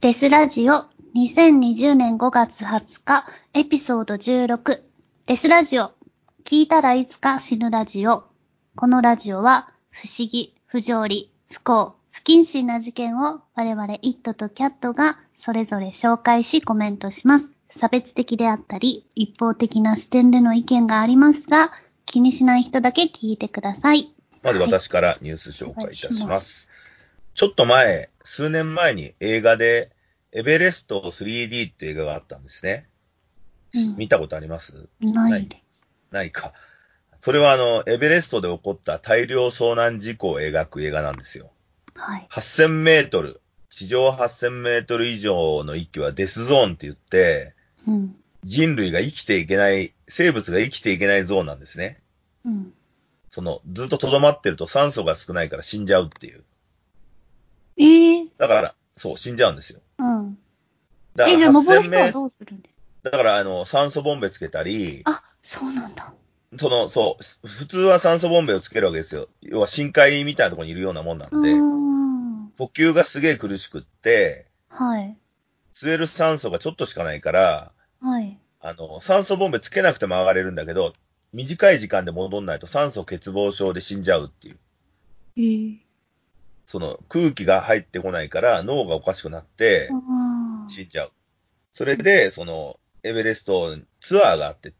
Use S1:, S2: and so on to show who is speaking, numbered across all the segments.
S1: デスラジオ2020年5月20日エピソード16デスラジオ聞いたらいつか死ぬラジオこのラジオは不思議、不条理、不幸、不謹慎な事件を我々イットとキャットがそれぞれ紹介しコメントします。差別的であったり一方的な視点での意見がありますが気にしない人だけ聞いてください。
S2: まず私からニュース紹介いたします。ちょっと前、数年前に映画で、エベレスト 3D って映画があったんですね。
S1: うん
S2: 見たことあります
S1: ないで。
S2: ないか。それはあの、エベレストで起こった大量遭難事故を描く映画なんですよ。
S1: はい。
S2: 8000メートル、地上8000メートル以上の域はデスゾーンって言って、
S1: うん。
S2: 人類が生きていけない、生物が生きていけないゾーンなんですね。
S1: うん。
S2: その、ずっと留まってると酸素が少ないから死んじゃうっていう。
S1: えー、
S2: だから、そう、死んじゃうんですよ。
S1: うん。
S2: だか
S1: え、
S2: ら
S1: じゃあ登る人は
S2: メ
S1: どうするんですか
S2: だから、あの、酸素ボンベつけたり、
S1: あ、そうなんだ。
S2: その、そう、ふ普通は酸素ボンベをつけるわけですよ。要は深海みたいなところにいるようなもんな
S1: うー
S2: んで、
S1: ん。
S2: 呼吸がすげえ苦しくって、
S1: はい。
S2: 吸える酸素がちょっとしかないから、
S1: はい。
S2: あの、酸素ボンベつけなくても上がれるんだけど、短い時間で戻んないと酸素欠乏症で死んじゃうっていう。
S1: えー、
S2: その、空気が入ってこないから脳がおかしくなって、
S1: あー
S2: 死んじゃう。それで、その、エベレストツアーがあって、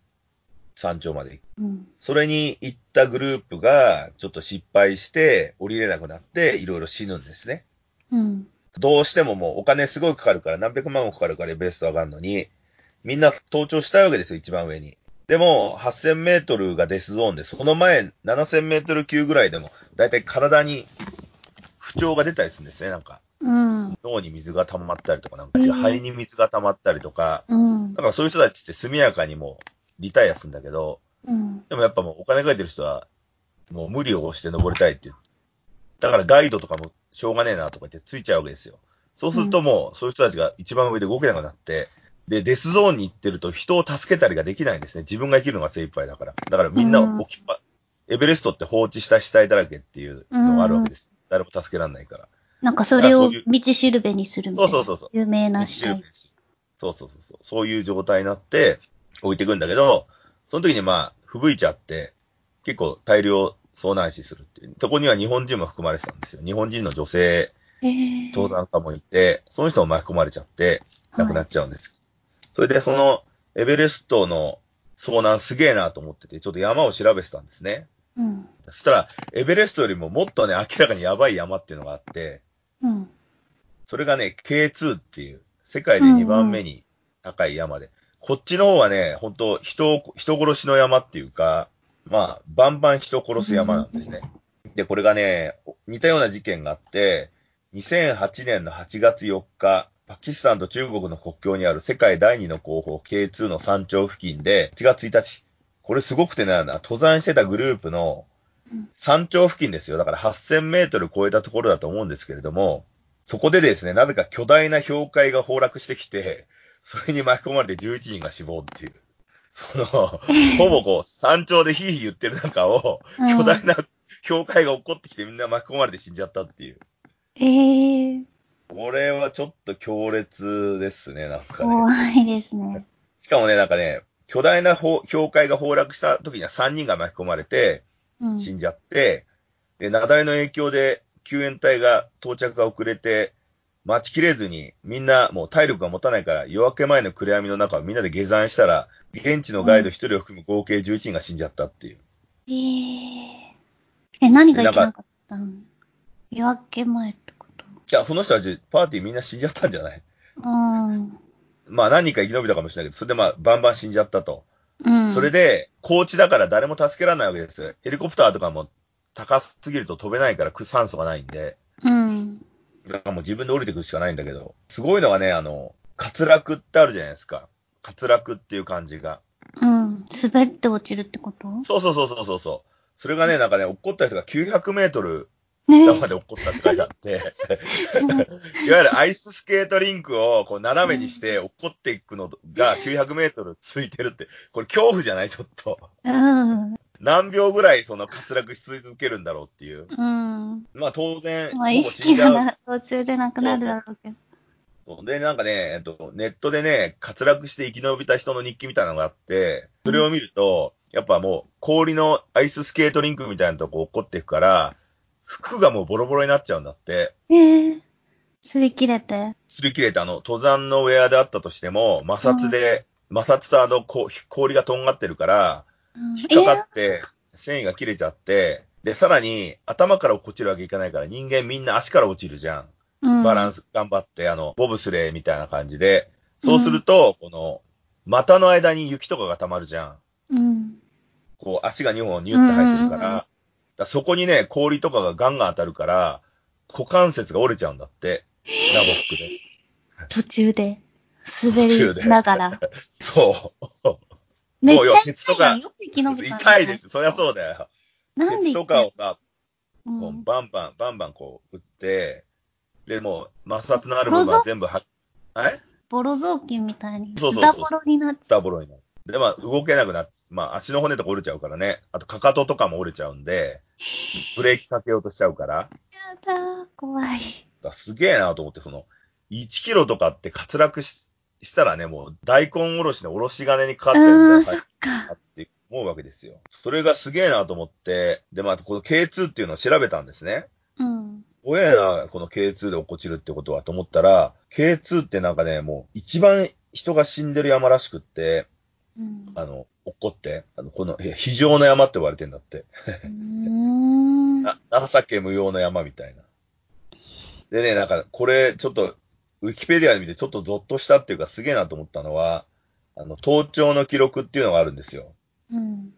S2: 山頂まで行く
S1: うん。
S2: それに行ったグループが、ちょっと失敗して、降りれなくなって、いろいろ死ぬんですね。
S1: うん。
S2: どうしてももうお金すごいかかるから、何百万もかかるから、ベレスト上がるのに、みんな登頂したいわけですよ、一番上に。でも、8000メートルがデスゾーンで、その前、7000メートル級ぐらいでも、だいたい体に不調が出たりするんですね、なんか。
S1: うん。
S2: 脳に水が溜まったりとか、なんか違う
S1: うん
S2: 肺に水が溜まったりとか、
S1: うん
S2: だ。からそういう人たちって速やかにもうリタイアするんだけど、
S1: うん。
S2: でもやっぱもうお金かけてる人は、もう無理をして登りたいっていう。だからガイドとかもしょうがねえなとか言ってついちゃうわけですよ。そうするともう、そういう人たちが一番上で動けなくなって、で、デスゾーンに行ってると人を助けたりができないんですね。自分が生きるのが精一杯だから。だからみんな
S1: うん
S2: 置きっぱ、エベレストって放置した死体だらけっていうのがあるわけです。誰も助けられないから。
S1: なんかそれ
S2: あ
S1: を
S2: そういう
S1: 道しるべにするみたいな。
S2: そうそうそうそう
S1: 有名な
S2: 日
S1: 死
S2: 中
S1: 体。
S2: ですそうそうそうそう。そういう状態になって、置いていくんだけど、その時にまあ、吹雪いちゃって、結構大量遭難死するっていう。そこには日本人も含まれてたんですよ。日本人の女性、
S1: えー
S2: 登山家もいて、その人も巻き込まれちゃって、亡くなっちゃうんです。それでその、エベレストの遭難すげえなと思ってて、ちょっと山を調べてたんですね。
S1: うん。
S2: そしたら、エベレストよりももっとね、明らかにやばい山っていうのがあって、
S1: うん。
S2: それがね、K2 っていう、世界で2番目に高い山で、こっちの方はね、本当人を、人殺しの山っていうか、まあ、バンバン人殺す山なんですね。で、これがね、似たような事件があって、2008年の8月4日、パキスタンと中国の国境にある世界第2の候補 K2 の山頂付近で、1月1日、これすごくてね、あの登山してたグループの
S1: うん
S2: 山頂付近ですよ。だから8000メートル超えたところだと思うんですけれども、そこでですね、なぜか巨大な氷塊が崩落してきて、それに巻き込まれて11人が死亡っていう。その、ほぼこう、山頂でヒーヒー言ってる中を、
S1: うん
S2: 巨大な氷塊が起こってきてみんな巻き込まれて死んじゃったっていう。
S1: えー、
S2: これはちょっと強烈ですね、なんかね。
S1: 怖いですね。
S2: しかもね、なんかね、巨大なほう氷塊が崩落した時には3人が巻き込まれて、
S1: うん。
S2: 死んじゃって、で、雪崩の影響で救援隊が到着が遅れて、待ちきれずに、みんなもう体力が持たないから、夜明け前の暗闇の中をみんなで下山したら、現地のガイド1人を含む合計11人が死んじゃったっていう。
S1: えー、え、何がいけなかったの夜明け前ってこと
S2: じゃあ、その人たち、パーティーみんな死んじゃったんじゃない
S1: うん。
S2: まあ、何人か生き延びたかもしれないけど、それでまあ、バンバン死んじゃったと。
S1: うん。
S2: それで、高地だから誰も助けられないわけですよ。ヘリコプターとかも高すぎると飛べないから、く酸素がないんで。
S1: うん。
S2: だからもう自分で降りてくるしかないんだけど、すごいのがね、あの、滑落ってあるじゃないですか。滑落っていう感じが。
S1: うん。滑って落ちるってこと
S2: そうそうそうそうそうそう。それがね、なんかね、落っこった人が900メートル
S1: ね
S2: 下まで落っこったって書いてあって、いわゆるアイススケートリンクをこう斜めにして落っこっていくのが900メートルついてるって、これ恐怖じゃないちょっと。
S1: うん。
S2: 何秒ぐらいその滑落し続けるんだろうっていう。
S1: うん。
S2: まあ当然、
S1: まあ、
S2: ほ
S1: 意
S2: ぼ
S1: 識
S2: 死んじゃう
S1: がな途中でなくなるだろうけど。
S2: そうで、なんかね、えっと、ネットでね、滑落して生き延びた人の日記みたいなのがあって、それを見ると、やっぱもう氷のアイススケートリンクみたいなとこ起こっていくから、服がもうボロボロになっちゃうんだって。
S1: ええ擦り切れて。
S2: 擦り切れたあの、登山のウェアであったとしても、摩擦で、摩擦とあの、こう氷がとんがってるか
S1: う
S2: ら、
S1: ん
S2: 引っかかって、繊維が切れちゃって、で、さらに、頭から落ちるわけいかないから、人間みんな足から落ちるじゃん。バラン
S1: ス。
S2: ス頑張って、あの、ボブスレーみたいな感じで、そうすると、この、股の間に雪とかが溜まるじゃん。
S1: うん。
S2: こう、足が2本ニュッて入ってるか
S1: うんうんうんうん
S2: ら、だからそこにね、氷とかがガンガン当たるから、股関節が折れちゃうんだって、ラボックで。
S1: 途中で、滑りながら。
S2: そう。
S1: めっ
S2: もう
S1: ち
S2: よ
S1: ゃ
S2: 鉄とか
S1: 痛いやんよく生き延びたね
S2: 痛いです。そりゃそうだよ。
S1: なんで
S2: 鉄とかをさ、
S1: う、
S2: こうんバンバン、バンバンこう打って、で、もう摩擦のある部分は全部は、え
S1: ボロ雑巾みたいに、
S2: そうそうそう
S1: ズタボロになっちゃ
S2: ダボロになる。で、まあ動けなくなって、まあ足の骨とか折れちゃうからね。あとかかととかも折れちゃうんで、ブレーキかけようとしちゃうから。
S1: ったー。怖い。
S2: だすげえなと思って、その、1キロとかって滑落ししたらね、もう大根おろしのおろし金にかかってる
S1: うんん、そ
S2: だ
S1: っ
S2: よ、
S1: か。
S2: って思うわけですよ。それがすげえなと思って、で、まあ、この K2 っていうのを調べたんですね。
S1: うん。
S2: 親がこの K2 で落っこちるってことはと思ったら、K2 ってなんかね、もう一番人が死んでる山らしくって、
S1: うん。
S2: あの、落っこって、あのこの、え非常の山って言われてんだって。
S1: うーん
S2: な情け無用の山みたいな。でね、なんか、これ、ちょっと、ウィキペディアで見て、ちょっとゾッとしたっていうか、すげえなと思ったのは、あの、登頂の記録っていうのがあるんですよ。
S1: うん。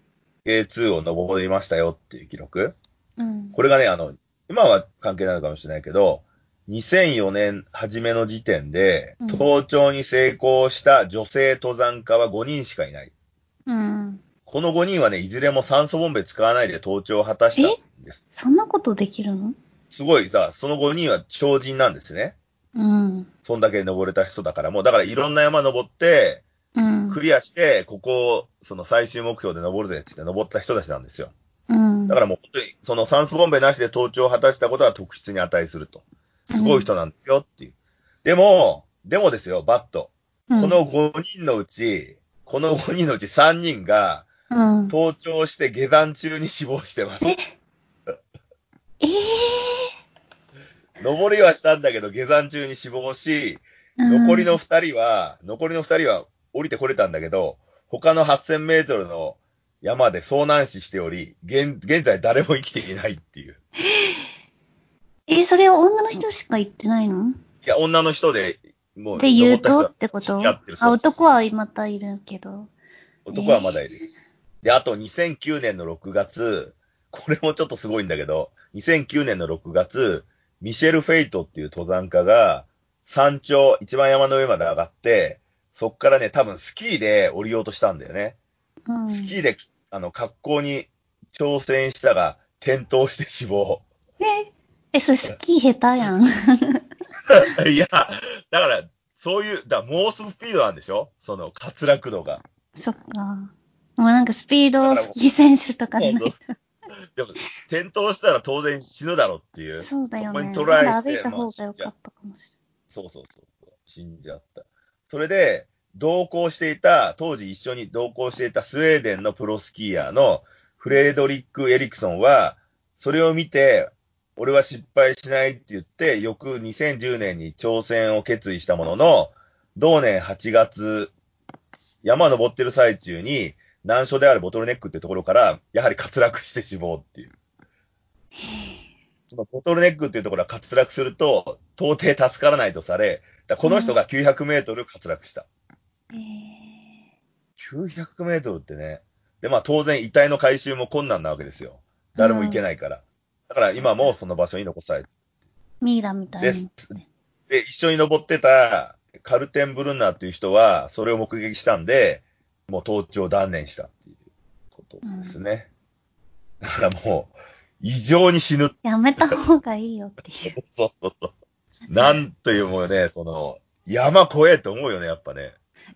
S2: K2 を登りましたよっていう記録。
S1: うん。
S2: これがね、あの、今は関係ないのかもしれないけど、2004年初めの時点で、
S1: うん
S2: 登頂に成功した女性登山家は5人しかいない。
S1: うん。
S2: この5人はね、いずれも酸素ボンベ使わないで登頂を果たしたんです。
S1: そんなことできるの
S2: すごいさ、その5人は超人なんですね。
S1: うん。
S2: そんだけ登れた人だから、もうだからいろんな山登って、
S1: うん。
S2: クリアして、ここをその最終目標で登るぜってって登った人たちなんですよ。
S1: うん。
S2: だからもう本当に、その酸素ボンベなしで登頂を果たしたことは特筆に値すると。すごい人なんですよっていう。でも、でもですよ、バット。こ
S1: うん、
S2: の5人のうち、この5人のうち3人が、
S1: うん、
S2: 登頂して下山中に死亡してます。
S1: えええ
S2: 登りはしたんだけど、下山中に死亡し、残りの2人は、残りの2人は降りてこれたんだけど、他の8000メートルの山で遭難死しており、現現在誰も生きていないっていう。
S1: え、それは女の人しか言ってないの
S2: いや、女の人で、もう、
S1: って言うと
S2: 登
S1: ってこ
S2: 人
S1: と
S2: はやってる
S1: あ、
S2: そうそう
S1: 男はまたいるけど。
S2: 男はまだいる。で、あと2009年の6月、これもちょっとすごいんだけど、2009年の6月、ミシェル・フェイトっていう登山家が、山頂、一番山の上まで上がって、そっからね、多分スキーで降りようとしたんだよね。
S1: うん。
S2: スキーで、あの、格好に挑戦したが、転倒して死亡。
S1: え、え、それスキー下手やん。
S2: いや、だから、そういう、だから猛スピードなんでしょその、滑落度が。
S1: そっか。もうなんかスピードスキー選手とか じゃない。
S2: でも、転倒したら当然死ぬだろうっていう。
S1: そうだよ
S2: そこ
S1: ね。
S2: にトライ
S1: まだ
S2: して
S1: 歩いた方が良かったかもし
S2: そうそうそうそう。死んじゃった。それで、同行していた、当時一緒に同行していたスウェーデンのプロスキーヤーのフレードリック・エリクソンは、それを見て、俺は失敗しないって言って、翌2010年に挑戦を決意したものの、同年8月、山登ってる最中に、難所であるボトルネックってところから、やはり滑落して死亡っていう。そのボトルネックっていうところは滑落すると、到底助からないとされ、だからこの人が900メートル滑落した。
S1: れない。え
S2: 900メートルってね。で、まあ当然遺体の回収も困難なわけですよ。誰も行けないから。だから今もその場所に残されて。
S1: ー、ミイラみたい
S2: で
S1: な。
S2: すで、一緒に登ってたカルテンブルンナーっていう人は、それを目撃したんで、もう登頂断念したっていうことですね。だからもう、異常に死ぬ。
S1: やめた方がいいよっていう。
S2: そうそうそう。なんというもうね、その、山越えと思うよね、やっぱね。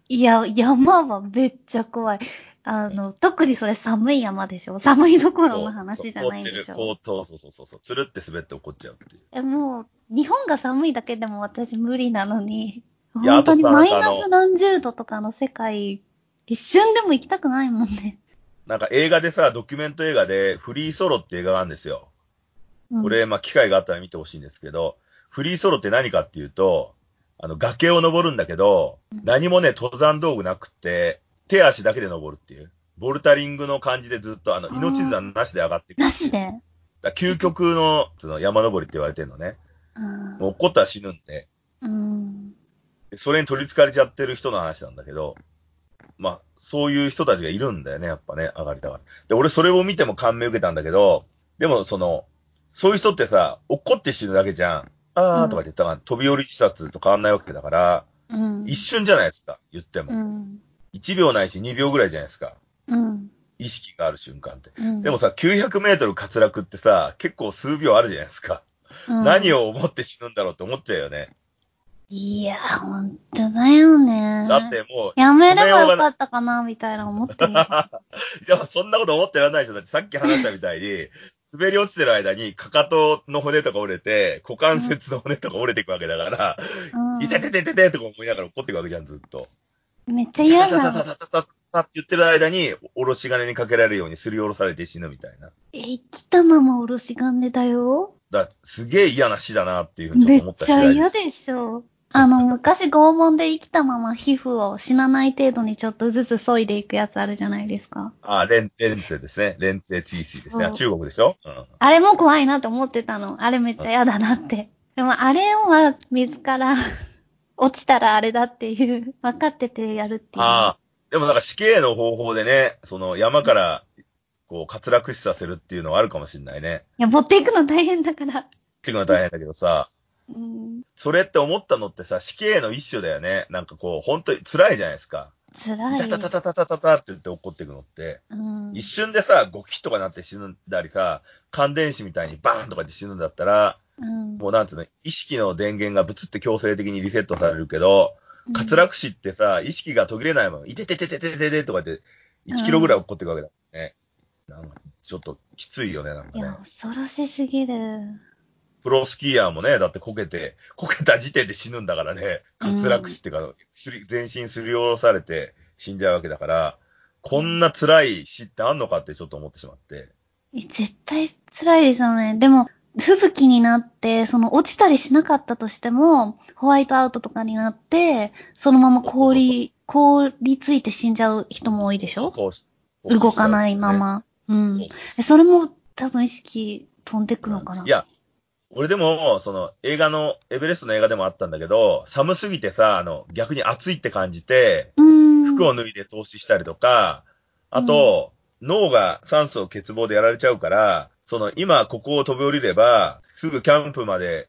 S1: いや、山はめっちゃ怖い。あの、特にそれ寒い山でしょ寒いどころの話じゃ
S2: そう
S1: ないんでし
S2: 凍
S1: ょ
S2: ってる凍そうそうそうそう。つるって滑って怒っちゃうっていう。
S1: え、もう、日本が寒いだけでも私無理なのに、
S2: いや
S1: 本当に
S2: あとさ
S1: マイナ
S2: なんかあの
S1: ス何十度とかの世界、一瞬でも行きたくないもんね。
S2: なんか映画でさ、ドキュメント映画で、フリーソロって映画があるんですよ。
S1: うん
S2: こ、れ、まあ、機会があったら見てほしいんですけど、フリーソロって何かっていうと、あの、崖を登るんだけど、何もね、登山道具なくって、手足だけで登るっていう。ボルタリングの感じでずっと、あの、
S1: あー
S2: 命綱なしで上がっていく
S1: なしで。
S2: だから究極の、その、山登りって言われてるのね。
S1: うん
S2: もう怒ったら死ぬんで、
S1: うん。
S2: それに取り憑かれちゃってる人の話なんだけど、まあ、そういう人たちがいるんだよね、やっぱね、上がりたがる。で、俺それを見ても感銘受けたんだけど、でもその、そういう人ってさ、怒って死ぬだけじゃん。あーとか言ったら、飛び降り自殺と変わんないわけだから、
S1: うん。
S2: 一瞬じゃないですか、言って
S1: う
S2: も。
S1: ん。
S2: 1秒ないし2秒ぐらいじゃないですか、
S1: うん。
S2: 意識がある瞬間って。
S1: うん
S2: でも、さ、900メートル滑落ってさ、結構数秒あるじゃないですか。
S1: うん
S2: 何を思って死ぬんだろうって思っちゃうよね。
S1: いや、本当だよね。
S2: だっ、てもう、
S1: やめればよかったかな、みたいな思ってる。
S2: いや、そんなこと思ってらんないでしょ。だってさっき話したみたいに、滑り落ちてる間に、かかとの骨とか折れて、股関節の骨とか折れていくわけだから、
S1: うん
S2: いてててててとか思いながら怒っていくわけじゃん、ずっと。
S1: めっちゃ嫌
S2: たたた
S1: だ。
S2: たたたたって言ってる間に、おろし金にかけられるようにすりおろされて死ぬみたいな。
S1: え、生きたままおろし金だよ。
S2: だからすげえ嫌な死だなっていうふうにちょ
S1: め
S2: っ
S1: っ
S2: と思った
S1: ち
S2: 次
S1: ゃ
S2: 第で
S1: 嫌
S2: す。
S1: でしょ。あの、昔拷問で生きたまま皮膚を死なない程度にちょっとずつ削いでいくやつあるじゃないですか。
S2: ああ、レン、レンツェですね。レンツェチーシーですね。あ
S1: そう
S2: 中国でしょうん。
S1: あれも怖いなって思ってたの。あれめっちゃ嫌だなって。でも、あれをは自ら 落ちたらあれだっていう、分かっててやるっていう。
S2: ああ、でもなんか死刑の方法でね、その山から、こう、滑落死させるっていうのはあるかもしれないね。
S1: いや、持っていくの大変だから。
S2: っていうのは大変だけどさ、
S1: うん、
S2: それって思ったのってさ、死刑の一種だよね。なんかこう、本当に辛いじゃないですか。
S1: 辛い。
S2: たたたたたたたたって言って怒っていくのって。
S1: うん。
S2: 一瞬でさ、ゴキッとかなって死んだりさ、感電死みたいにバーンとかって死ぬんだったら、
S1: うん
S2: もうなんつうの、意識の電源がブツって強制的にリセットされるけど、滑
S1: うん
S2: 落死ってさ、意識が途切れないまま、いてててててててとかって、1キロぐらい怒っていくわけだもんね。なんか、ちょっときついよね、なんか
S1: い
S2: ね。
S1: や、恐ろしすぎる。
S2: プロスキーヤーもね、だってこけて、こけた時点で死ぬんだからね、
S1: うん
S2: 滑落死っていうか、すり全身すりおろされて死んじゃうわけだから、こんな辛い死ってあんのかってちょっと思ってしまって。
S1: え絶対辛いですよね。でも、吹雪になって、その落ちたりしなかったとしても、ホワイトアウトとかになって、そのまま凍り、凍りついて死んじゃう人も多いでしょ
S2: こうし
S1: 動かないま。ま。う
S2: こうし
S1: ん
S2: ちゃう。
S1: えそれも多分意識飛んでくのかな。
S2: い、や、俺でも、その映画の、エベレストの映画でもあったんだけど、寒すぎてさ、あの、逆に暑いって感じて、
S1: うん。
S2: 服を脱いで投資したりとか、あと、脳が酸素を欠乏でやられちゃうから、その今ここを飛び降りれば、すぐキャンプまで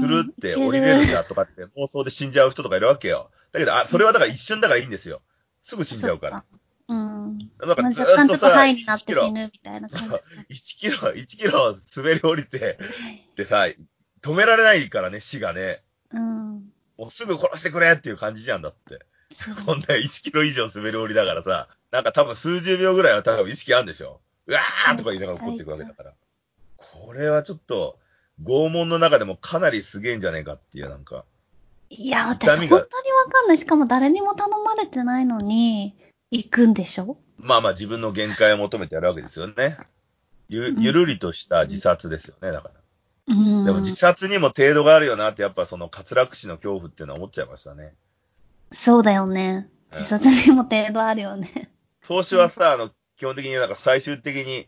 S2: つるって降りれるん
S1: だ。
S2: だとかって妄想で死んじゃう人とかいるわけよ。だけど、あ、それはだから一瞬だからいいんですよ。すぐ死んじゃうから。
S1: うん。
S2: だからず
S1: 若
S2: っ
S1: 干ちょ
S2: と
S1: っと
S2: さ、
S1: ハイになっ
S2: 1
S1: て
S2: キ
S1: 死
S2: ロ、
S1: ぬみたい な感じ。
S2: 1キロ、1キロ滑り降りて、でさ、止められないからね、死がね。
S1: うん。
S2: もうすぐ殺してくれっていう感じじゃんだって。こんな1キロ以上滑り降りだからさ、なんか多分数十秒ぐらいは多分意識あるんでしょうわーとか言いながら怒っていくわけだから。これはちょっと、拷問の中でもかなりすげえんじゃねえかっていう、なんか。
S1: いや、私、
S2: 痛
S1: 本当
S2: み
S1: に
S2: が
S1: わかんない。しかも誰にも頼まれてないのに、行くんでしょ
S2: まあまあ自分の限界を求めてやるわけですよね。ゆゆるりとした自殺ですよね、だか
S1: うん。
S2: ら。でも自殺にも程度があるよなって、やっぱその滑落死の恐怖っていうのは思っちゃいましたね。
S1: そうだよね。
S2: うん
S1: 自殺にも程度あるよね。
S2: 投資はさ、あの、基本的になんか最終的に、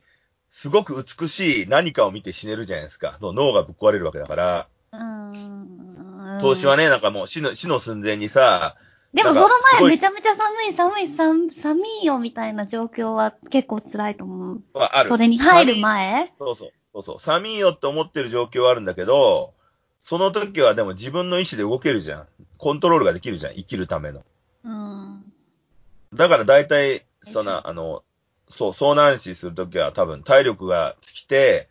S2: すごく美しい何かを見て死ねるじゃないですか。その脳がぶっ壊れるわけだから、
S1: うん。
S2: 投資は
S1: ね。
S2: ね、なんかもう死の死の寸前にさ、
S1: でも
S2: な
S1: そ
S2: んか
S1: の
S2: す
S1: 前
S2: ごい
S1: めちゃめちゃ寒い、寒い、寒寒いよみたいな状況は結構辛いと思う。
S2: まあ、ある。
S1: それに入る前
S2: 寒い。そうそう、そうそう。寒いよって思ってる状況はあるんだけど、その時はでも自分の意思で動けるじゃん。コントロールができるじゃん。生きるための。
S1: うん。
S2: だから大体、そんな、あの、そう、遭難死するときは多分体力が尽きて、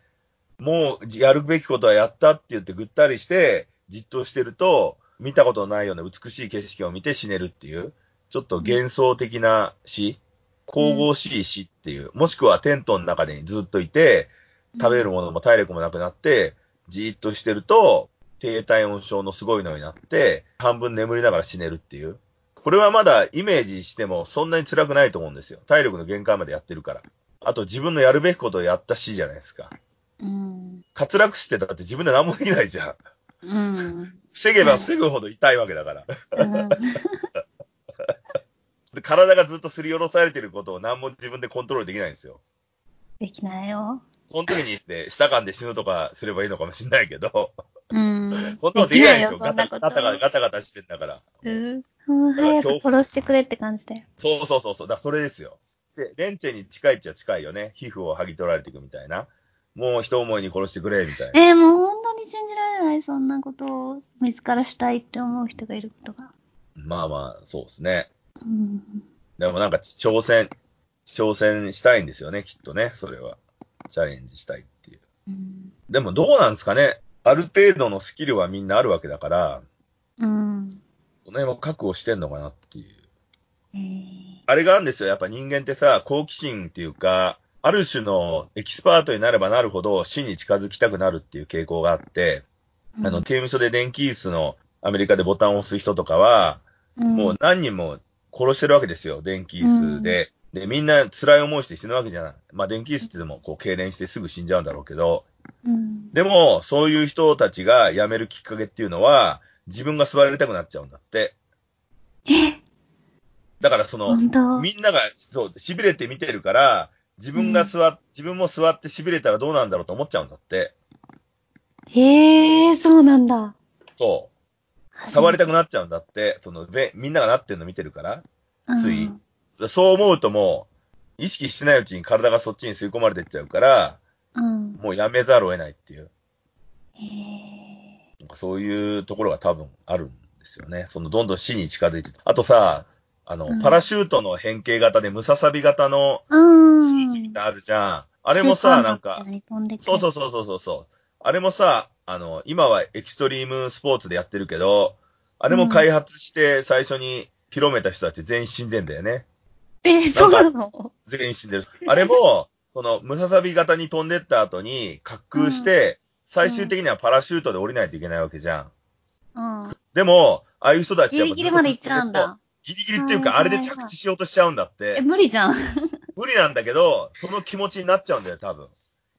S2: もうやるべきことはやったって言ってぐったりして、じっとしてると、見たことのないような美しい景色を見て死ねるっていう、ちょっと幻想的な死神々しい死っていう、もしくはテントの中にずっといて、食べるものも体力もなくなって、じーっとしてると、低体温症のすごいのになって、半分眠りながら死ねるっていう。これはまだイメージしてもそんなに辛くないと思うんですよ。体力の限界までやってるから。あと自分のやるべきことをやったしじゃないですか。
S1: うん。
S2: 滑落してたって自分で何もできないじゃ
S1: う
S2: ん。
S1: ん。うん
S2: 防げば防ぐほど痛いわけだから。
S1: うん
S2: で体がずっとすりおろされてることを何も自分でコントロールできないんですよ。
S1: できないよ。
S2: その時に、ね、下噛んで死ぬとかすればいいのかもしれないけど、
S1: うん。
S2: そんなのできないんです
S1: できないよそ
S2: よ。ガ
S1: ん
S2: タ
S1: な
S2: ガ
S1: こと
S2: タガタガタガタしてんだから。
S1: うん。もう早く殺してくれって感じだよ。
S2: そうそうそうそう、だからそれですよ。で、レンチェに近いっちゃ近いよね。皮膚を剥ぎ取られていくみたいな。もう一思いに殺してくれ、みたいな。
S1: えー、もう本当に信じられない。そんなことを自らしたいって思う人がいることが。
S2: まあまあ、そうですね。
S1: うん。
S2: でもなんか挑戦、挑戦したいんですよね、きっとね、それは。チャレンジしたいっていう。
S1: うん。
S2: でもどうなんですかね。ある程度のスキルはみんなあるわけだから、
S1: うん。
S2: この辺は覚悟してんのかなっていう。
S1: えー
S2: あれがあるんですよ。やっぱ人間ってさ、好奇心っていうか、ある種のエキスパートになればなるほど死に近づきたくなるっていう傾向があって、あの、、刑務所で電気椅子のアメリカでボタンを押す人とかは、
S1: うん
S2: もう、何人も殺してるわけですよ、電気椅子で。で、みんな辛い思いして死ぬわけじゃない。まあ、電気椅子ってでも、こう、痙攣してすぐ死んじゃうんだろうけど、
S1: うん。
S2: でも、そういう人たちが辞めるきっかけっていうのは、自分が座りたくなっちゃうんだって。
S1: え、
S2: だから、その、
S1: 本当
S2: みんなが、そう、痺れて見てるから、自分が座っ、自分も座って痺れたらどうなんだろうと思っちゃうんだって。
S1: へえー、そうなんだ。
S2: そう。触り
S1: た
S2: たくなっちゃうんだって、その、でみんながなってるの見てるから。ついそう思うともう、意識してないうちに体がそっちに吸い込まれてっちゃうから、
S1: うん。
S2: もうやめざるを得ないっていう、
S1: へ
S2: なんかそういうところが多分あるんですよね。そのどんどん死に近づいてあとさ、あの、
S1: うん
S2: パラシュートの変形型でムササビ型の
S1: ーう
S2: スーツみ
S1: ん。。
S2: たいなのあるじゃん。あれもさ、なんか、そうそううそうそうそうそう。あれもさ、あの、今はエクストリームスポーツでやってるけど、あれも開発して最初に広めた人たち全員死んでんだよね。
S1: えー、そうなの
S2: 全員死んでる。あれも、その、ムササビ型に飛んでった後に、滑空して、最終的にはパラシュートで降りないといけないわけじゃん。
S1: うん。
S2: でも、ああいう人たち
S1: ギ
S2: やっ
S1: リ
S2: ぱず
S1: ギ
S2: っと
S1: リまで行っちゃうんだ。
S2: ギリギリっていうか、
S1: は
S2: あ
S1: い
S2: れ
S1: はいは
S2: で
S1: い
S2: 着地しようとしちゃうんだっ
S1: え、
S2: て。
S1: 無理じゃん。
S2: 無理なんだけど、その気持ちになっちゃうんだよ、多分。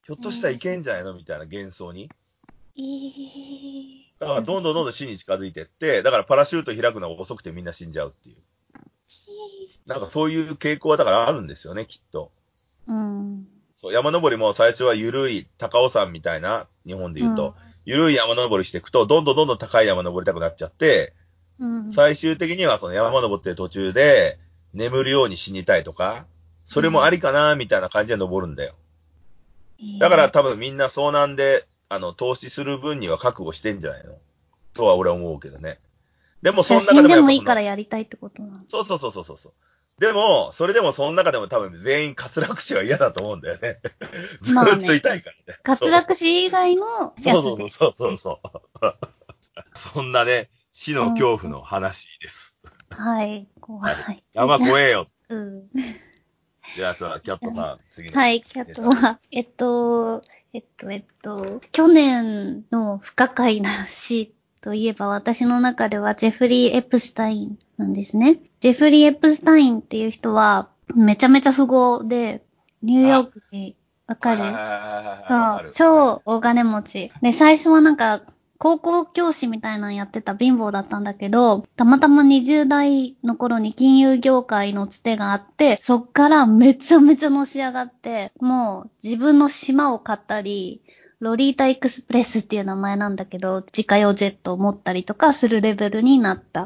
S2: ひょっとしたらいけんじゃないのみたいな幻想に。
S1: えー
S2: だから、どんどんどんどん死に近づいてって、だからパラシュート開くのが遅くてみんな死んじゃうっていう。なんかそういう傾向はだからあるんですよね、きっと。
S1: うん。
S2: そう、山登りも最初は緩い高尾山みたいな、日本で言うと、緩い山登りしていくと、どんどんどんどん高い山登りたくなっちゃって、
S1: うん。
S2: 最終的にはその山登ってる途中で、眠るように死にたいとか、それもありかな、みたいな感じで登るんだよ。だから、多分みんな遭難で、あの、投資する分には覚悟してんじゃないのとは俺は思うけどね。でもその
S1: 死
S2: 中
S1: ん
S2: でも
S1: で
S2: やっぱ
S1: もいい
S2: その
S1: からやりたいってことなの。
S2: そうそうそうそうそうそう。でも、それでもその中でも多分全員滑落死は嫌だと思うんだよね。 ず
S1: まあね
S2: ーっと痛いからね。
S1: 滑落死以外のやつで。
S2: そうそうそうそう そう。そんなね、死の恐怖の話です。
S1: はい。怖い。
S2: 山越えよ。
S1: うん。
S2: じゃあさ、キャットさん、次の。
S1: はい、キャットは、えっと、えっと、えっと、去年の不可解な死といえば、私の中ではジェフリー・エプスタインなんですね。ジェフリー・エプスタインっていう人は、めちゃめちゃ富豪で、ニューヨークに、わか
S2: はいは
S1: る
S2: いはいはいわか
S1: そう
S2: る、
S1: 超大金持ち。で、最初はなんか、高校教師みたいなのやってた貧乏だったんだけど、たまたま20代の頃に金融業界のつてがあって、そっからめちゃめちゃのし上がって、もう自分の島を買ったり、ロリータエクスプレスっていう名前なんだけど、自家用ジェットを持ったりとかするレベルになった。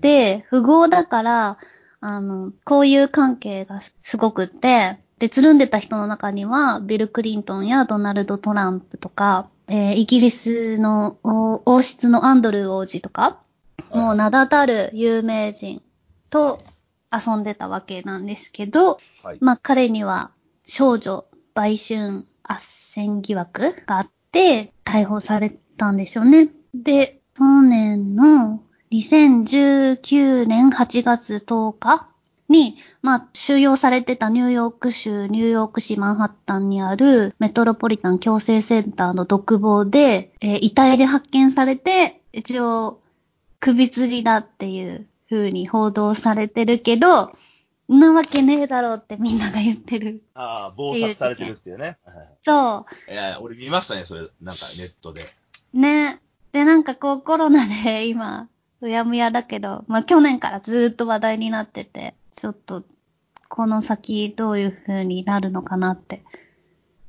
S1: で、富豪だから、あの、こういう関係がすごくって、で、つるんでた人の中には、ビル・クリントンやドナルド・トランプとか、えーイギリスのお王室のアンドルー王子とか、もう名だたる有名人と遊んでたわけなんですけど、
S2: はい。
S1: まあ彼には少女売春斡旋疑惑があって逮捕されたんですよね。で、去年の2019年8月10日に、まあ、収容されてたニューヨーク州、ニューヨーク市マンハッタンにあるメトロポリタン矯正センターの独房で、えー遺体で発見されて、一応、首筋だっていう風に報道されてるけど、んなわけねえだろうってみんなが言ってる。
S2: ああ、暴殺されてるっていうね。はいはい
S1: そ
S2: いやいや、俺見ましたね、それ、なんかネットで。
S1: う。ね。で、なんかこうコロナで今、うやむやだけど、まあ去年からずーっと話題になってて、ちょっと、この先どういう風になるのかなって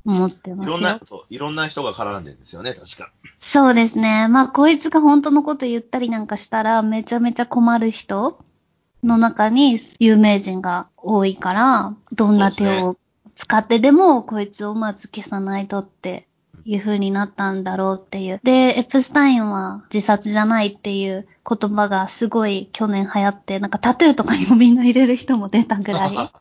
S1: 思ってま
S2: い
S1: すよ。
S2: ろんな、そういろんな人が絡んでるんですよね、確か。
S1: そうですね。まあ、こいつが本当のこと言ったりなんかしたら、めちゃめちゃ困る人の中に有名人が多いから、どんな手を使ってでも、こいつをまず消さないとっていう風になったんだろうっていう。で、エプスタインは自殺じゃないっていう言葉がすごい去年流行って、なんかタトゥーとかにもみんな入れる人も出たぐらい。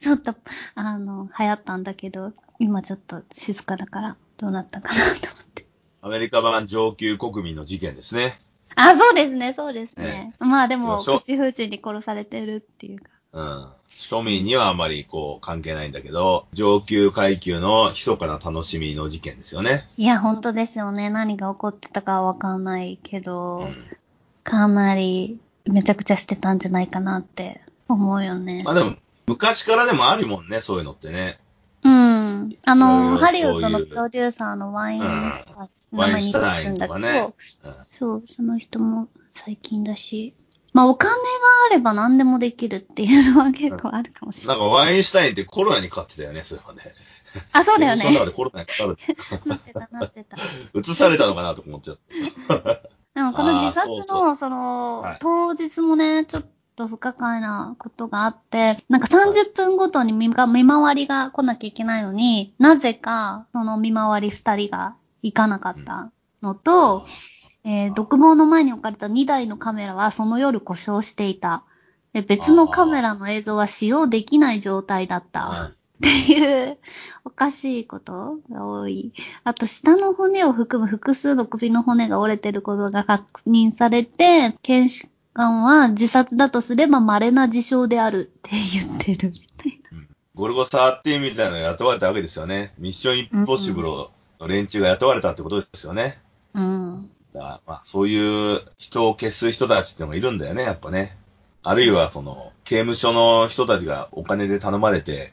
S1: ちょっと、あの、流行ったんだけど、今ちょっと静かだから、どうなったかなと思って。
S2: アメリカ版上級国民の事件ですね。
S1: あ、そうですね、そうですね。まあでも、
S2: そう
S1: 口封じに殺されてるっていうか。
S2: うん。庶民にはあまりこう関係ないんだけど、上級階級の密かな楽しみの事件ですよね。
S1: いや、本当ですよね。何が起こってたかはわかんないけど、
S2: うん
S1: かなりめちゃくちゃしてたんじゃないかなって思うよね。
S2: まあでも、昔からでもあるもんね、そういうのってね。
S1: うん。あの、
S2: いろいろ
S1: ハリウッド
S2: そう
S1: の
S2: いう
S1: プロデューサーのワイン、
S2: うん
S1: 名前
S2: ワインシ
S1: に
S2: ュタインとかね
S1: 出てくるんだ
S2: うん
S1: けどそう、その人も最近だし。まあ、お金があれば何でもできるっていうのは結構あるかもしれな。
S2: ないんかワインシュタインってコロナにかかってたよね、それはね。
S1: あ、そうだよ
S2: その中
S1: ね。
S2: でコロナにかかる。
S1: なってた、なってた。
S2: 移されたのかなと思っちゃっ
S1: でもこの
S2: あー
S1: 自殺の
S2: そうそ
S1: その、
S2: はい
S1: 当日もね、ちょっと不可解なことがあって、なんか30分ごとに見が見回りが来なきゃいけないのに、なぜかその見回り2人が行かなかったの
S2: た。
S1: と、えー独房の前に置かれた2台のカメラはその夜故障していた。で別のカメラの映像は使用できない状態だった。っていう、おかしいことが多い。あと、下の骨を含む複数の首の骨が折れてることが確認されて、検視官は自殺だとすれば稀な事象であるって言ってるみたい
S2: ゴルゴ13みたいなのが雇われたわけですよね。ミッションインポッシブルの連中が雇われたってことですよね。
S1: な。うん。
S2: だから、まあ、そういう人を消す人たちっていうのがいるんだよね、やっぱね。あるいは、その、刑務所の人たちがお金で頼まれて、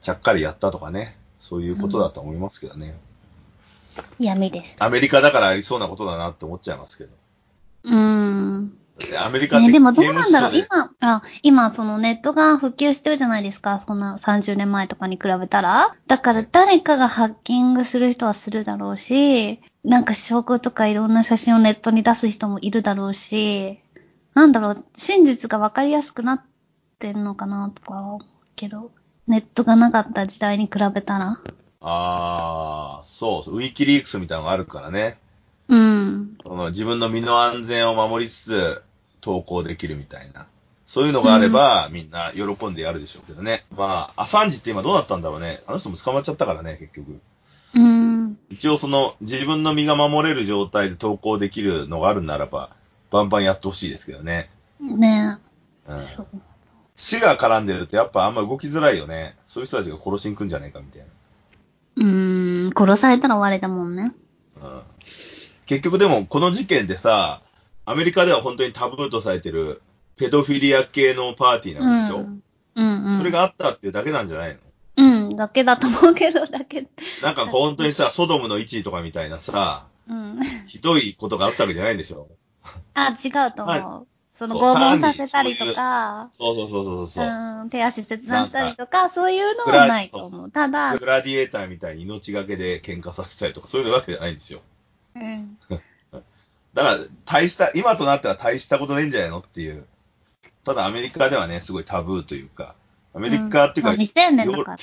S2: ちゃっかりやったとかね。そういうことだと思いますけどね。
S1: 闇です。
S2: アメリカだからありそうなことだなって思っちゃいますけど。
S1: うん。
S2: だってアメリカって
S1: ね、
S2: 刑
S1: でも
S2: 務
S1: ど
S2: 所
S1: うなんだろう
S2: で
S1: 今、あ、今、そのネットが普及してるじゃないですか。そんな30年前とかに比べたら。だから誰かがハッキングする人はするだろうし、なんか証拠とかいろんな写真をネットに出す人もいるだろうし、なんだろう、真実がわかりやすくなってんのかなとかは思うけど、ネットがなかった時代に比べたら。
S2: ああ、そうそう、ウィキリークスみたいなのがあるからね。
S1: うん。
S2: その自分の身の安全を守りつつ投稿できるみたいな。そういうのがあれば、みんな喜んでやるでしょうけどね。まあ、アサンジって今どうなったんだろうね。あの人も捕まっちゃったからね、結局。
S1: うん。
S2: 一応その、自分の身が守れる状態で投稿できるのがあるならば、バンバンやってほしいですけどね。
S1: ね
S2: うん
S1: え。。そう。
S2: 死が絡んでるとやっぱあんま動きづらいよね。そういう人たちが殺しに行くんじゃないかみたいな。
S1: うん。殺されたら終わりだもんね。
S2: うん結局でもこの事件でさ、アメリカでは本当にタブーとされてるペドフィリア系のパーティーなわけでしょ、
S1: うん。うん、うん。
S2: それがあったっていうだけなんじゃないの
S1: うん、だけだと思うけど、だけ。
S2: なんか本当にさ、ソドムの1位とかみたいなさ、
S1: うん。
S2: ひどいことがあったわけじゃないんでしょ
S1: あ、違うと思う。
S2: は
S1: その
S2: そう
S1: 拷問させたりとか、
S2: そうそうそうそうそうう。
S1: ん、手足切断したりとか、そういうの
S2: グラ
S1: はないと
S2: そう
S1: 思。
S2: そう
S1: ただ、
S2: グラディエーターみたいに命がけで喧嘩させたりとか、そういうわけじゃないんですよ。
S1: うん
S2: だから、大した、今となっては大したことないんじゃないのっていう。ただアメリカではね、すごいタブーというか、アメリカっていう
S1: まあ、
S2: か、
S1: 未成年だからな。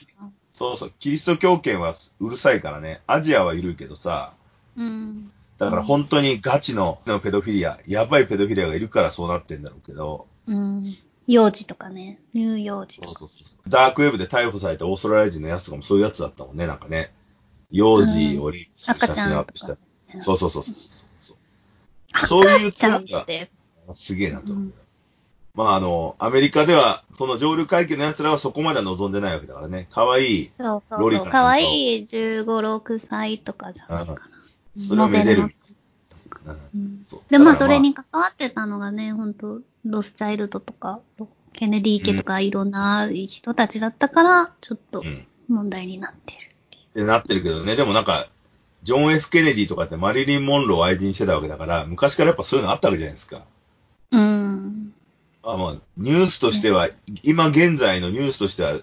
S2: そうそう、キリスト教圏はうるさいからね、アジアはいるけどさ、
S1: うん。
S2: だから本当にガチのペドフィリア、やばいペドフィリアがいるからそうなってんだろうけど、
S1: うん。幼児とかね、乳幼児とか。
S2: そうそうそうダークウェブで逮捕されたオーストラリア人のやつとかもそういうやつだったもんね、なんかね。幼児をリープする
S1: 赤
S2: 写
S1: ちゃん
S2: 真を
S1: と
S2: アッ
S1: か
S2: プした。。
S1: うん
S2: そうそうそうそうそうそう。そういう
S1: ちゃ
S2: ツア
S1: んっ
S2: ー
S1: て。
S2: がすげえなと思う。まああの、アメリカでは、その上流階級の奴らはそこまでは望んでないわけだからね。可愛い、
S1: そうそ
S2: ロ
S1: う
S2: リ
S1: そ
S2: コン
S1: う。
S2: と
S1: かわいい15、6歳とかじゃないかな。
S2: それをめでる。うん
S1: うん
S2: そう
S1: で、まあ、
S2: だか
S1: そ
S2: らま
S1: れ
S2: あ
S1: に関わってたのがね、本当ロスチャイルドとか、ケネディ家とか、いろんな人たちだったから、ちょっと
S2: うん。
S1: 問題になってる。
S2: ってなってるけどね。でもなんか、ジョン・ F ・ケネディとかってマリリン・モンローを愛人してたわけだから、昔からやっぱそういうのあったわけじゃないですか。
S1: うん。
S2: あまあ、ニュースとしては、今現在のニュースとしては、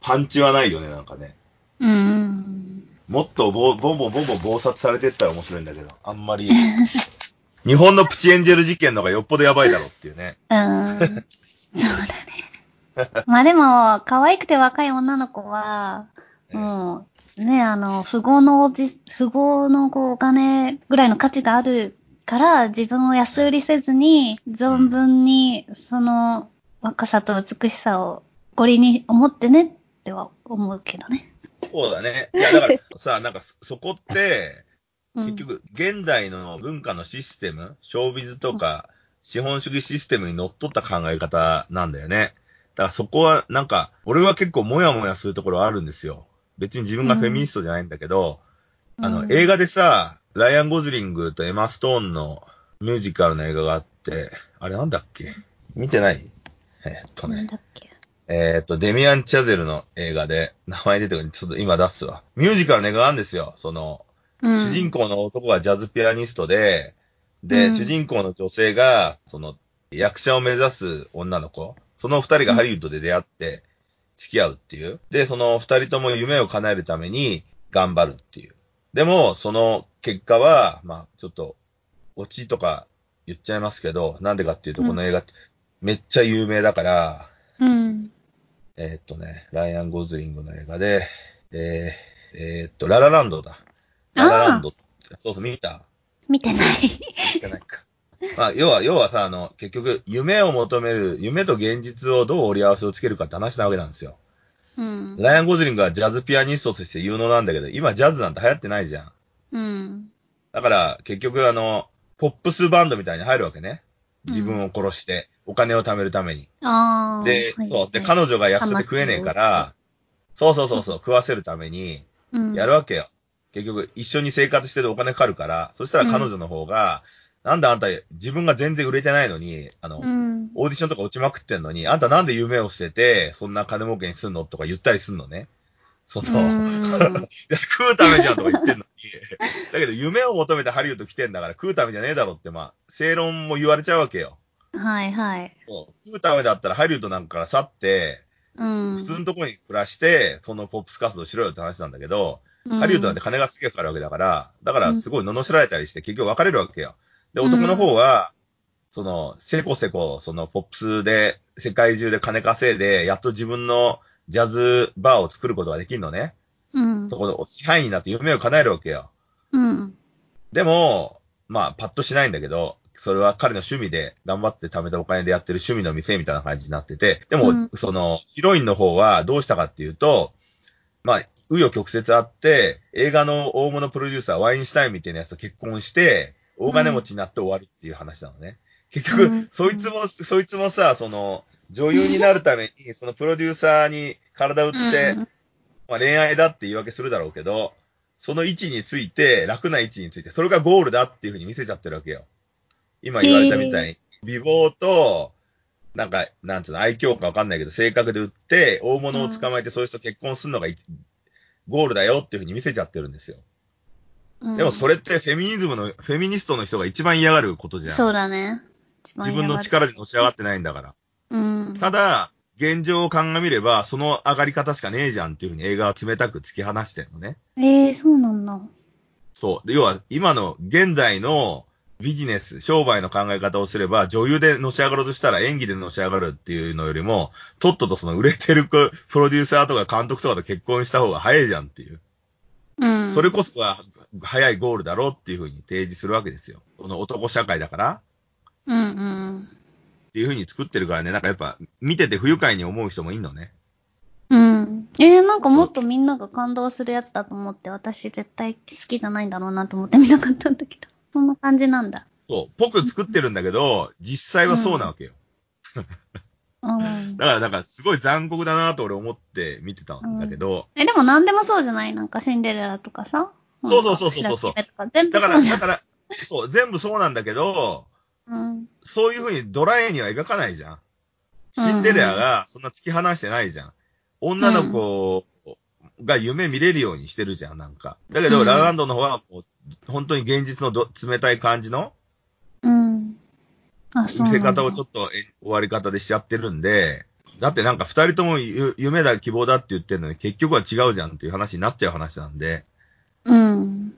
S2: パンチはないよね、なんかね。
S1: うん。
S2: もっとぼボンボンボンボン暴殺されてったら面白いんだけど、あんまり。 日本のプチエンジェル事件の方がよっぽどやばいだろうっていうね。
S1: うん。そうだね。まあでも、可愛くて若い女の子は、もう、ね、あの、富豪のおじ、富豪のこうお金ぐらいの価値があるから、自分を安売りせずに、存分に、その若さと美しさを誇りに思ってねっては思うけどね。
S2: そうだね。いや、だからさ、なんかそそこって、
S1: うん
S2: 結、局、現代の文化のシステム、ショービズとか、資本主義システムにのっとった考え方なんだよね。だからそこは、なんか、俺は結構モヤモヤするところあるんですよ。別に自分がフェミニストじゃないんだけど、あの、映
S1: 画、
S2: 画でさ、ライアン・ゴズリングとエマ・ストーンのミュージカルの映画があって、あれなんだっけ見てないえーっと
S1: なん
S2: ね。
S1: だっけ。
S2: えーっと、デミアン・チャゼルの映画で、名前出てこない。ちょっと今出すわ。ミュージカルの映画があるんですよ。その、
S1: うん
S2: 主人公の男がジャズピアニストで、で、
S1: うん
S2: 主人公の女性が、その、役者を目指す女の子、その二人がハリウッドで出会って、付き合うっていう。で、その二人とも夢を叶えるために頑張るっていう。でも、その結果は、まあ、ちょっと、オチとか言っちゃいますけど、なんでかっていうと、
S1: うん
S2: この映画って、めっちゃ有名だから、
S1: うん。
S2: えーっとね、ライアン・ゴズリングの映画で、えー、えーっと、ララランドだ。ララランド。そうそう、見た
S1: 見てない。
S2: じゃないか。まあ、要は、要はさ、あの、結局、夢を求める、夢と現実をどう折り合わせをつけるかって話なわけなんですよ。
S1: うん。
S2: ライアン・ゴズリングはジャズピアニストとして有能なんだけど、今ジャズなんて流行ってないじゃん。
S1: うん。
S2: だから、結局、あの、ポップスバンドみたいに入るわけね。自分を殺して、お金を貯めるために。
S1: ああ。
S2: で、そう。で、彼女が役者で食えねえから、そうそうそうそう、食わせるために、
S1: 女
S2: やるわけよ。結局、一緒に生活してるお金かかるから、そしたら彼女の方が、なんだあんた、自分が全然売れてないのに、あの、
S1: うん。
S2: オーディションとか落ちまくってんのに、あんたなんで夢を捨てて、そんな金儲けにすんのとか言ったりすんのね。その、い
S1: うん
S2: や 食うためじゃんとか言ってんのに。 だけど、夢を求めてハリウッド来てんだから、食うためじゃねえだろって、まあ、正論も言われちゃうわけよ。
S1: はいはい。
S2: そう食うためだったらハリウッドなんかから去って、
S1: うん。
S2: 普通のとこに暮らして、そのポップス活動しろよって話なんだけど、ハリウッドなんて金がすげえかかるわけだから、だからすごい罵られたりして結局別れるわけよ。で、
S1: うん
S2: 男の方は、その、せこせこ、その、ポップスで、世界中で金稼いで、やっと自分のジャズバーを作ることができるのね。
S1: うん。
S2: そこの支配人になって夢を叶えるわけよ。
S1: うん。
S2: でも、まあ、パッとしないんだけど、それは彼の趣味で、頑張って貯めたお金でやってる趣味の店みたいな感じになってて、でも、
S1: うん
S2: その、ヒロインの方はどうしたかっていうと、まあ、紆余曲折あって、映画の大物プロデューサー、ワインシュタインみたいなやつと結婚して、大金持ちになって終わるっていう話なのね。結局、
S1: うん
S2: そいつも、そいつもさ、その、女優になるために、そのプロデューサーに体打って、まあ、恋愛だって言い訳するだろうけど、その位置について、楽な位置について、それがゴールだっていうふうに見せちゃってるわけよ。今言われたみたいに、美貌と、なんか、なんつうの、愛嬌かわかんないけど、性格で売って、大物を捕まえて、そういう人と結婚するのがい、ゴールだよっていうふうに見せちゃってるんですよ。でもそ
S1: れ
S2: れってフェミニズムの、フェミニストの人が一番嫌がることじゃん。
S1: そうだね。
S2: 自分の力でのし上がってないんだから。
S1: うん。
S2: ただ、現状を鑑みれば、その上がり方しかねえじゃんっていうふうに映画は冷たく突き放してるのね。
S1: ええ、そうなんだ。
S2: そう。で要は、今の現代のビジネス、商売の考え方をすれば、女優でのし上がろうとしたら演技でのし上がるっていうのよりも、とっととその売れてる子プロデューサーとか監督とかと結婚した方が早いじゃんっていう。
S1: うん。
S2: それこそが早いゴールだろうっていうふうに提示するわけですよ。この男社会だから
S1: うんうん。
S2: っていうふうに作ってるからね、なんかやっぱ見てて不愉快に思う人もいんのね。
S1: うん。ええ、なんかもっとみんなが感動するやつだと思って、私絶対好きじゃないんだろうなと思って見なかったん だけど。そんな感じなんだ。
S2: そう。ぽく作ってるんだけど、実際はそうなわけよ。
S1: うん。
S2: だから、なんか、すごい残酷だなと俺思って見てたんだけど、
S1: え、でも何でもそうじゃないなんかシンデレラとかさ。
S2: そうそうそうそうそう
S1: なんか白雪姫とか全部
S2: だ
S1: そ
S2: から、
S1: うじゃ
S2: だ
S1: ん。
S2: から、そう、全部そうなんだけど、
S1: うん。
S2: そういうふうにドライには描かないじゃん。シンデレラがそんな突き放してないじゃん。女の子が夢見れるようにしてるじゃん、なんか。だけど、
S1: うん
S2: ラランドの方はもう、本当に現実のど冷たい感じの
S1: うん。あ、そうなん
S2: 見
S1: だ。
S2: せ方をちょっとえ終わり方でしちゃってるんで、だってなんか二人ともゆ夢だ、希望だって言ってるのに結局は違うじゃんっていう話になっちゃう話なんで、
S1: うん。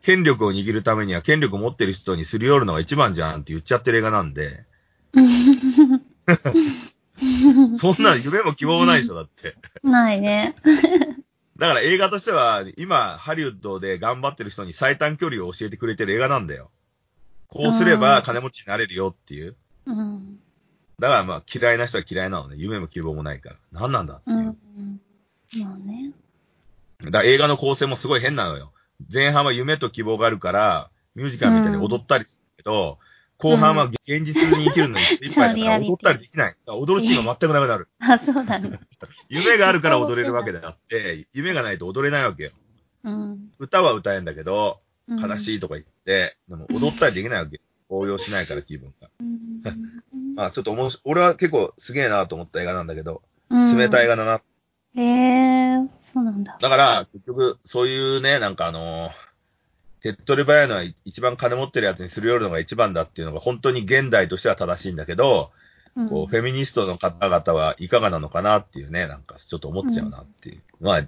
S2: 権力を握るためには権力を持ってる人にすり寄るのが一番じゃんって言っちゃってる映画なんで、 そんな夢も希望もないでしょ、だって。
S1: ないね。
S2: だから映画としては、今、ハリウッドで頑張ってる人に最短距離を教えてくれてる映画なんだよ。こうすれば金持ちになれるよっていう。
S1: うん。
S2: だからまあ嫌いな人は嫌いなのね。夢も希望もないから。何なんだって
S1: う
S2: い
S1: ん
S2: う。。
S1: まあね。
S2: だから映画の構成もすごい変なのよ。前半は夢と希望があるから、ミュージカルみたいに踊ったりするけど、後半は現実に生きるのに精一 杯だから
S1: うん
S2: 踊ったりできない。だから踊るシーンが全くなく なる。
S1: あ、そうだね。
S2: 夢があるから踊れるわけであって、夢がないと踊れないわけよ。
S1: うん。
S2: 歌は歌えんだけど、悲
S1: い。
S2: しいとか言って、でも踊ったりできないわけ。応用しないから気分が。
S1: うん
S2: まあちょっと面白い。俺は結構すげえなと思った映画なんだけど、
S1: うん
S2: 冷たい映画だな。
S1: へえー、そうなんだ。
S2: だから、結局、そういうね、なんかあのー手っ取り早いのは一番金持ってるやつにするよりのが一番だっていうのが本当に現代としては正しいんだけど、
S1: うん
S2: こう、フェミニストの方々はいかがなのかなっていうね、なんかちょっと思っちゃうなっていう。まあ、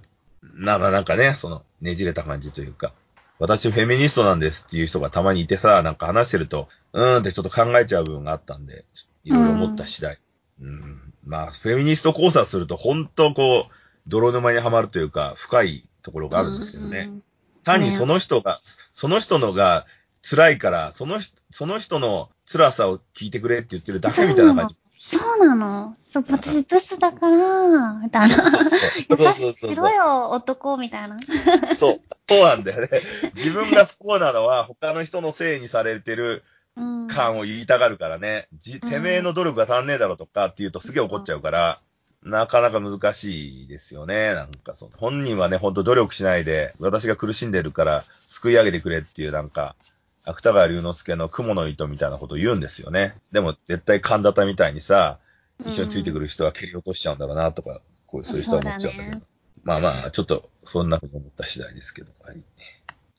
S2: なんかなんかね、その、ねじれた感じというか、私フェミニストなんですっていう人がたまにいてさ、なんか話してると、うーんってちょっと考えちゃう部分があったんで、いろいろ思った次第。うん、まあ、フェミニスト考察すると本当こう、泥沼にはまるというか、深いところがあるんですけどね。
S1: うん
S2: 単にその人が、その人のが辛いから、その人、その人の辛さを聞いてくれって言ってるだけみたいな感
S1: そ
S2: じ。
S1: うなのそう私ブスだから、みたいな。
S2: そう
S1: 優し
S2: そうそ
S1: く
S2: う
S1: し
S2: そ
S1: ろ
S2: う。
S1: よ、男、みたいな。
S2: そう。そうなんだよね。自分が不幸なのは他の人のせいにされてる
S1: うん。
S2: 感を言いたがるからね。じ
S1: うん
S2: てめえの努力が足んねえだろとかって言うとすげえ怒っちゃうから、なかなか難しいですよね。なんかその本人はね、ほんと努力しないで、私が苦しんでるから救い上げてくれっていうなんか、芥川龍之介の雲の糸みたいなこと言うんですよね。でも絶対神田田みたいにさ、一緒についてくる人は蹴り落としちゃうんだろうなとか、こうそういう人は思っちゃうんだけ
S1: そ
S2: ど。
S1: うだね
S2: まあまあ、ちょっと、そんなふうに思った次第ですけど。はい。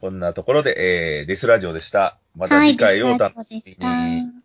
S2: こんなところで、えー、デスラジオでした。また次回をお楽しみ
S1: はいデ
S2: に。
S1: スラジオでした